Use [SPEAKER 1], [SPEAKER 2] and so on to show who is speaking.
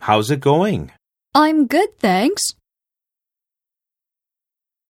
[SPEAKER 1] How's it going?
[SPEAKER 2] I'm good, thanks.